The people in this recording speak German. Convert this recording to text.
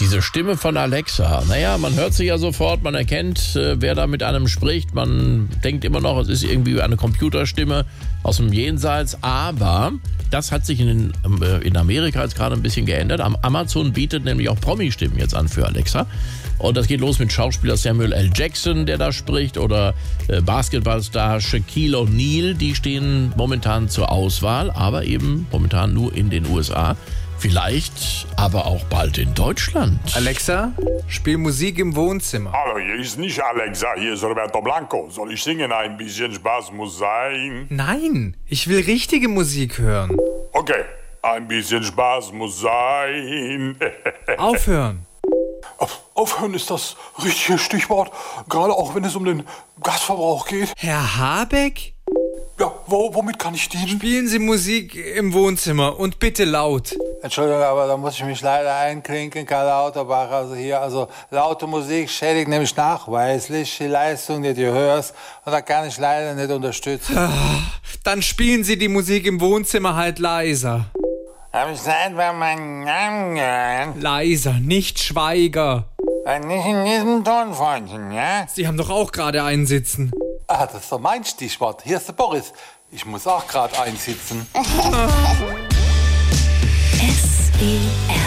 Diese Stimme von Alexa. Naja, man hört sie ja sofort, man erkennt, äh, wer da mit einem spricht. Man denkt immer noch, es ist irgendwie eine Computerstimme aus dem Jenseits. Aber das hat sich in, den, ähm, äh, in Amerika jetzt gerade ein bisschen geändert. Am Amazon bietet nämlich auch Promi-Stimmen jetzt an für Alexa. Und das geht los mit Schauspieler Samuel L. Jackson, der da spricht, oder äh, Basketballstar Shaquille O'Neal. Die stehen momentan zur Auswahl, aber eben momentan nur in den USA. Vielleicht aber auch bald in Deutschland. Alexa, spiel Musik im Wohnzimmer. Hallo, hier ist nicht Alexa, hier ist Roberto Blanco. Soll ich singen? Ein bisschen Spaß muss sein. Nein, ich will richtige Musik hören. Okay, ein bisschen Spaß muss sein. Aufhören. Aufhören ist das richtige Stichwort, gerade auch wenn es um den Gasverbrauch geht. Herr Habeck, Ja, wo, womit kann ich dienen? spielen Sie Musik im Wohnzimmer und bitte laut. Entschuldigung, aber da muss ich mich leider einklinken, Karl Lauterbach. Also hier, also laute Musik schädigt nämlich nachweislich die Leistung, die du hörst. Und da kann ich leider nicht unterstützen. Dann spielen Sie die Musik im Wohnzimmer halt leiser. Hab ich seit bei meinen Namen gehört? Leiser, nicht Schweiger. Dann Nicht in diesem Ton, Freundchen, ja? Sie haben doch auch gerade einen sitzen. Ah, das ist doch mein Stichwort. Hier ist der Boris. Ich muss auch gerade einsitzen. SER.